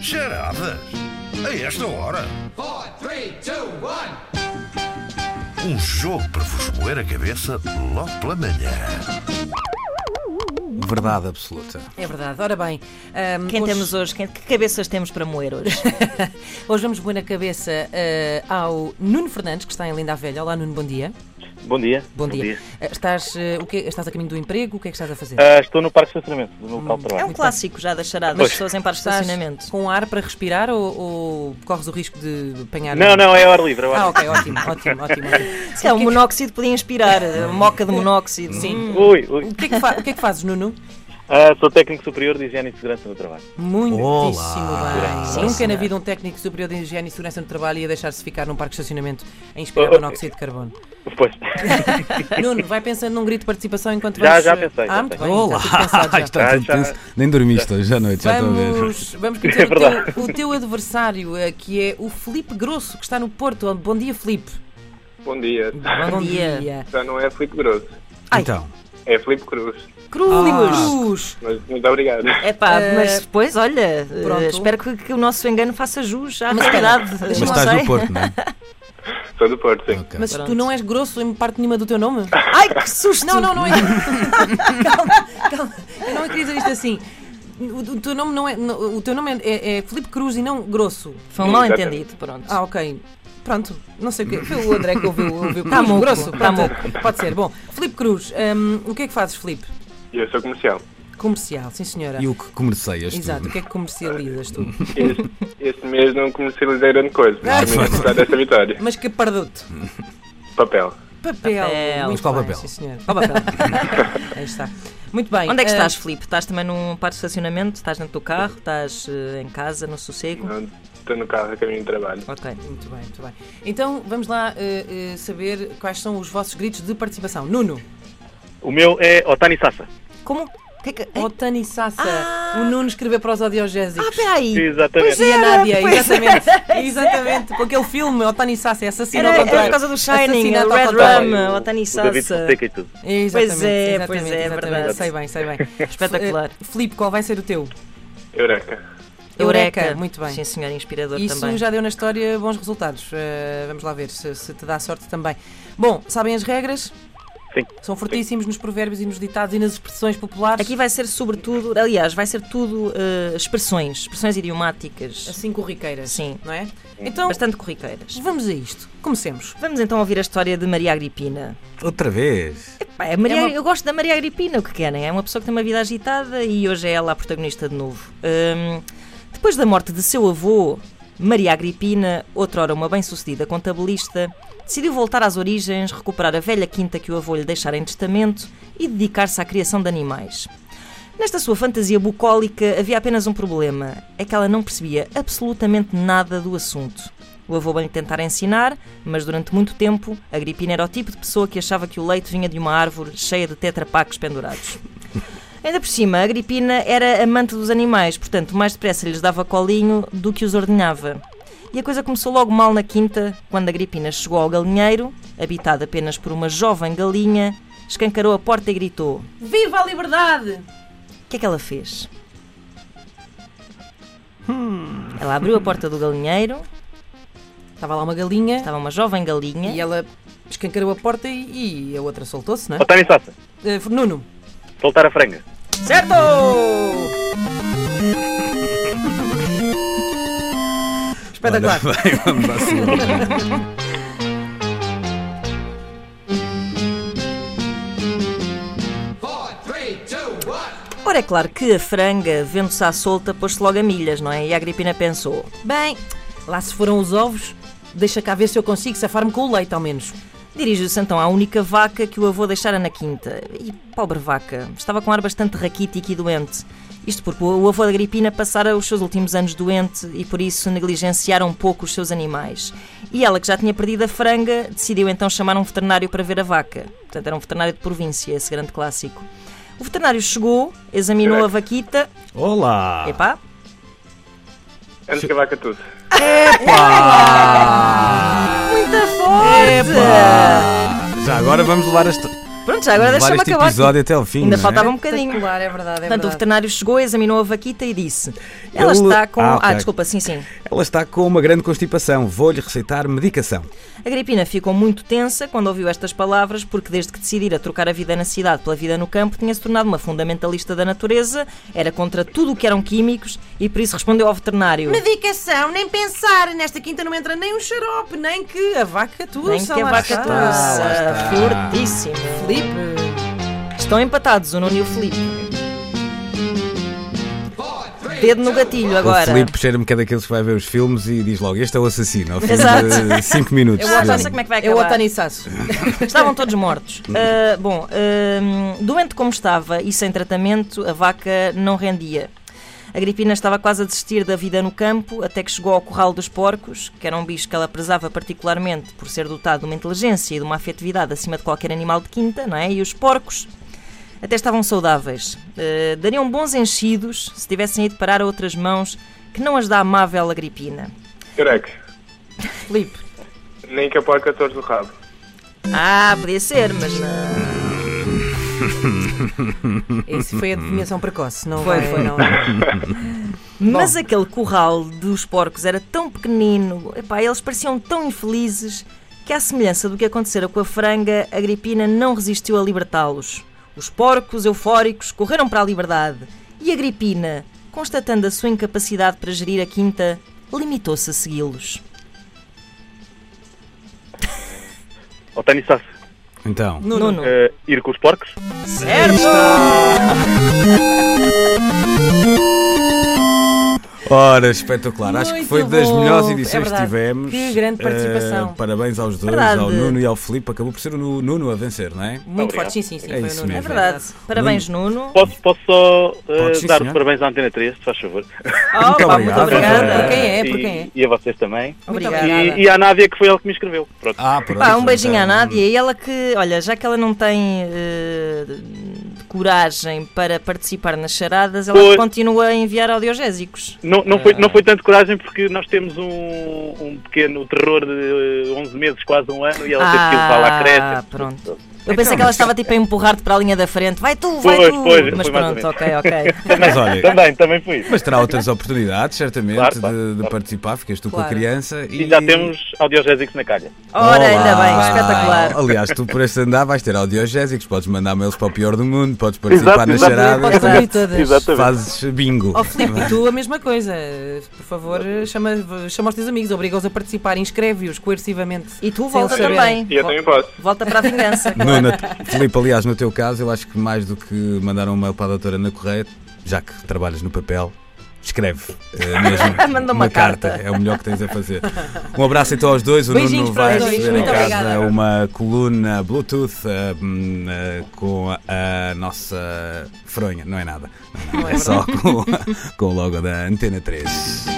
Charadas? A esta hora? Four, three, two, one. Um jogo para vos moer a cabeça logo pela manhã. Verdade absoluta. É verdade. Ora bem, ahm, Quem hoje, temos hoje? Quem- que cabeças temos para moer hoje? hoje vamos pôr na cabeça ah, ao Nuno Fernandes, que está em Linda a Velha. Olá, Nuno, bom dia. Bom dia. Bom, dia. Ah, estás, ah, o que, estás a caminho do emprego? O que é que estás a fazer? Ah, estou no parque de estacionamento do meu local de É trabalho. um clássico já das charadas, Pois. pessoas em parques de Estás estacionamento. com ar para respirar ou, ou corres o risco de apanhar... Não, não, é hora livre. Ah, Agora. ok, ótimo, ótimo, ótimo. ótimo. Se calhar o é um monóxido podia inspirar, Hum. eh, moca de monóxido. Sim. Ui, ui. O que, é que fa- o que é que fazes, Nuno? Ah, sou técnico superior de higiene e segurança no trabalho. Muitíssimo Olá. bem. Sim, Nunca na senhora. vida um técnico superior de higiene e segurança no trabalho ia deixar-se ficar num parque de estacionamento a Oh, inspirar oh. monóxido de carbono. Pois. Nuno, vai pensando num grito de participação enquanto Já, vamos... já pensei, já Ah, muito pensei. bem, Olá! está tudo pensado já. Está tudo Ah, Já, já. tenso. Nem dormiste hoje à noite, já estou a ver. Vamos, vamos conhecer É o, verdade. teu, o teu adversário, eh, que é o Felipe Grosso, que está no Porto. Bom dia, Felipe. Bom dia. Bom dia. Já não é Filipe Grosso, Ai. Então, é Filipe Cruz. Cruz! Ah. Cruz! Mas muito obrigado. É pá, Eh, mas depois, olha, eh, pronto. espero que, que o nosso engano faça jus à Mas espera, realidade. mas mas não estás sei. no Porto, não é? Sou do Porto, sim. Ok. Mas Pronto. Ah, tu não és grosso em parte nenhuma do teu nome? Ai, que susto! Não, não, não é. calma, calma. Eu não queria dizer isto assim. O, o teu nome não é. não- O teu nome é, é, é Felipe Cruz e não Grosso. Foi um mal Exatamente. entendido, pronto. Ah, ok. Pronto, não sei o quê. Foi o André que ouviu, ouviu Tá Cruz, moco, grosso. tá pronto. Pode ser. Bom, Felipe Cruz, hum, o que é que fazes, Felipe? E eu sou comercial. Comercial, sim senhora. E o que comecei este Exato, o que é que comercializas tu? Este, este mês não comercializei grande coisa, mas também apesar desta vitória. Mas que parduto. Papel. Papel. Papel. Muito Mas qual bem, papel? Sim, senhora. Qual papel? Aí está. Muito bem. Onde é que ah, estás, Filipe? Estás também num parque de estacionamento? Estás dentro do carro? Estás eh, em casa, no sossego? Não, Estou no carro a caminho de trabalho. Ok. Muito bem, muito bem. Então vamos lá eh, eh, saber quais são os vossos gritos de participação. Nuno, O meu é Otani Sassa. Como? Que é que... o Tani Sassa, o Nuno escrever para os Ah, audiogésicos. peraí! Exatamente. e a Nádia, pois é. exatamente, exatamente, com aquele filme, o Tani Sassa é assassino Era, ao era contrário. por causa do Shining, Assassinato o ao Red contrário. Rum, o O Tani David Sassa. Fonseca e tudo. Exatamente, Pois é, exatamente, pois é, é exatamente. verdade. Sei bem, sei bem. Espetacular. Eh, Filipe, qual vai ser o teu? Eureka. Eureka, muito bem. Sim, senhor, inspirador Isso também. já deu na história bons resultados. Eh, vamos lá ver se, se te dá sorte também. Bom, sabem as regras? Sim. São fortíssimos nos provérbios e nos ditados e nas expressões populares. Aqui vai ser sobretudo, aliás, vai ser tudo eh, expressões, expressões idiomáticas, Assim corriqueiras. Sim. Não é? Então, bastante corriqueiras. vamos a isto. Comecemos. Vamos então ouvir a história de Maria Agripina. Outra vez. Pá, a Maria- É uma- Eu gosto da Maria Agripina, o que querem. É uma pessoa que tem uma vida agitada e hoje é ela a protagonista de novo. Hum, depois da morte de seu avô, Maria Agripina, outrora uma bem-sucedida contabilista, decidiu voltar às origens, recuperar a velha quinta que o avô lhe deixara em testamento e dedicar-se à criação de animais. Nesta sua fantasia bucólica havia apenas um problema: é que ela não percebia absolutamente nada do assunto. O avô bem lhe tentara ensinar, mas durante muito tempo, a Agripina era o tipo de pessoa que achava que o leite vinha de uma árvore cheia de tetrapacos pendurados. Ainda por cima, a Agripina era amante dos animais, portanto, mais depressa lhes dava colinho do que os ordenhava. E a coisa começou logo mal na quinta, quando a Agripina chegou ao galinheiro, habitada apenas por uma jovem galinha, escancarou a porta e gritou: Viva a liberdade! o que é que ela fez? Hum. Ela abriu a porta do galinheiro, Estava lá uma galinha estava uma jovem galinha. e ela escancarou a porta e, e a outra soltou-se, não é? Otani Sassa. Eh, Nuno. Soltar a franga. Certo! Espetacular. Ora bem, vamos à segunda. Four, three, two, one. Ora, é claro que a franga, vendo-se à solta, pôs-se logo a milhas, não é? E a Agripina pensou: Bem, lá se foram os ovos, deixa cá ver se eu consigo safar-me com o leite, ao menos. Dirigiu-se então à única vaca que o avô deixara na quinta. E pobre vaca, estava com um ar bastante raquítico e doente. Isto porque o avô da Agripina passara os seus últimos anos doente e por isso negligenciara um pouco os seus animais. E ela, que já tinha perdido a franga, decidiu então chamar um veterinário para ver a vaca. Portanto, era um veterinário de província, esse grande clássico. O veterinário chegou, examinou a vaquita. Olá! Epá, Antes que a vaca tudo. Epá! muita forte! Já agora vamos levar a história. Pronto, já agora Levar deixa-me este acabar. episódio até ao fim. Ainda não é? faltava um Tem bocadinho. é verdade, é Portanto, o verdade. veterinário chegou, examinou a vaquita e disse: Ela Ele- está com. Ah, Ah, ok. desculpa, sim, sim. Ela está com uma grande constipação. Vou-lhe receitar medicação. A Gripina ficou muito tensa quando ouviu estas palavras, porque desde que decidira trocar a vida na cidade pela vida no campo, tinha-se tornado uma fundamentalista da natureza, era contra tudo o que eram químicos e por isso respondeu ao veterinário. Medicação, nem pensar. Nesta quinta não entra nem um xarope, nem que a vaca tussa. Nem que a lá vaca está. Ah, tussa, fortíssimo. Filipe. Estão empatados o Nuno e o Felipe. Four, three, Dedo no two, gatilho O agora. Filipe cheira-me cada daqueles que vai ver os filmes e diz logo: Este é o assassino. Ao fim Exato. de 5 minutos. Eu acho de que como é que vai É o acabar. Otani Sasso. Estavam todos mortos. Ah, bom, ah, doente como estava e sem tratamento, a vaca não rendia. A gripina estava quase a desistir da vida no campo, até que chegou ao curral dos porcos, que era um bicho que ela prezava particularmente por ser dotado de uma inteligência e de uma afetividade acima de qualquer animal de quinta, não é? E os porcos até estavam saudáveis. Ah, dariam bons enchidos se tivessem ido parar a outras mãos que não as da amável Agripina. Careca, Filipe. nem que a porca torce o rabo. Ah, podia ser, mas não. Isso foi a adivinhação precoce, não Foi, vai- foi. Não. Mas aquele curral dos porcos era tão pequenino, epá, eles pareciam tão infelizes que, à semelhança do que acontecera com a franga, a Gripina não resistiu a libertá-los. Os porcos, eufóricos, correram para a liberdade e a Gripina, constatando a sua incapacidade para gerir a quinta, limitou-se a segui-los. Otani Sassa. Então, Nuno. Eh, ir com os porcos? ora, espetacular. Acho que Muito foi das bom. melhores É edições que verdade. tivemos. Que grande Eh, participação. parabéns aos dois, Verdade. ao Nuno e ao Filipe. Acabou por ser o Nu- Nuno a vencer, não é? Muito Obrigado. forte, sim, sim, sim. É foi isso o Nuno. mesmo. É verdade. Parabéns, Nuno. Posso, posso só eh, Pode, sim, dar os senhor. parabéns à Antena 3, se faz favor. Oh, Muito pá, obrigado. Muito obrigada. Por quem é? Eh, Por e- quem é? E a vocês também. Obrigada. E, e à Nádia, que foi ela que me escreveu. Pronto. Ah, pronto. Pá, um beijinho à Então, Nádia e ela que, olha, já que ela não tem eh, coragem para participar nas charadas, ela Pois. continua a enviar audiogésicos. Não, não, foi, não foi Ah. tanto coragem porque nós temos um, um pequeno terror de eh, 11 meses, quase um ano, e ela teve que ir para lá à ah, creche. pronto. Eu pensei que ela estava tipo a empurrar-te para a linha da frente. Vai tu, vai É Pois, tu! pois, Mas foi mais ou pronto, ok, ok. Então, Mas olha. Também, também foi isso. Mas terá outras oportunidades, certamente, Claro, de- claro, de, claro. participar. Ficas tu com a Claro. criança e. E já temos audiogésicos na calha. Ora, Olá. ainda bem, espetacular. Aliás, tu por este andar vais ter audiogésicos, podes mandar mails para o pior do mundo, podes participar nas Pode charadas, abrir todas. fazes bingo. Ó Filipe, tu a mesma coisa. Por favor, chama, chama os teus amigos, obriga-os a participar, inscreve-os coercivamente. E tu Sem volta eles saberem. também. E eu também posso. Volta para a vingança. No, na, Filipe, aliás, no teu caso, eu acho que mais do que mandar um mail para a doutora na Correia, já que trabalhas no papel, escreve eh, mesmo Manda uma carta. carta. É o melhor que tens a fazer. Um abraço então aos dois. O Beijinhos Nuno para vai os dois. receber em Muito casa obrigada. uma coluna Bluetooth eh, hum, eh, com a, a nossa fronha. Não é nada. Não é, nada. É só com, com o logo da Antena 3.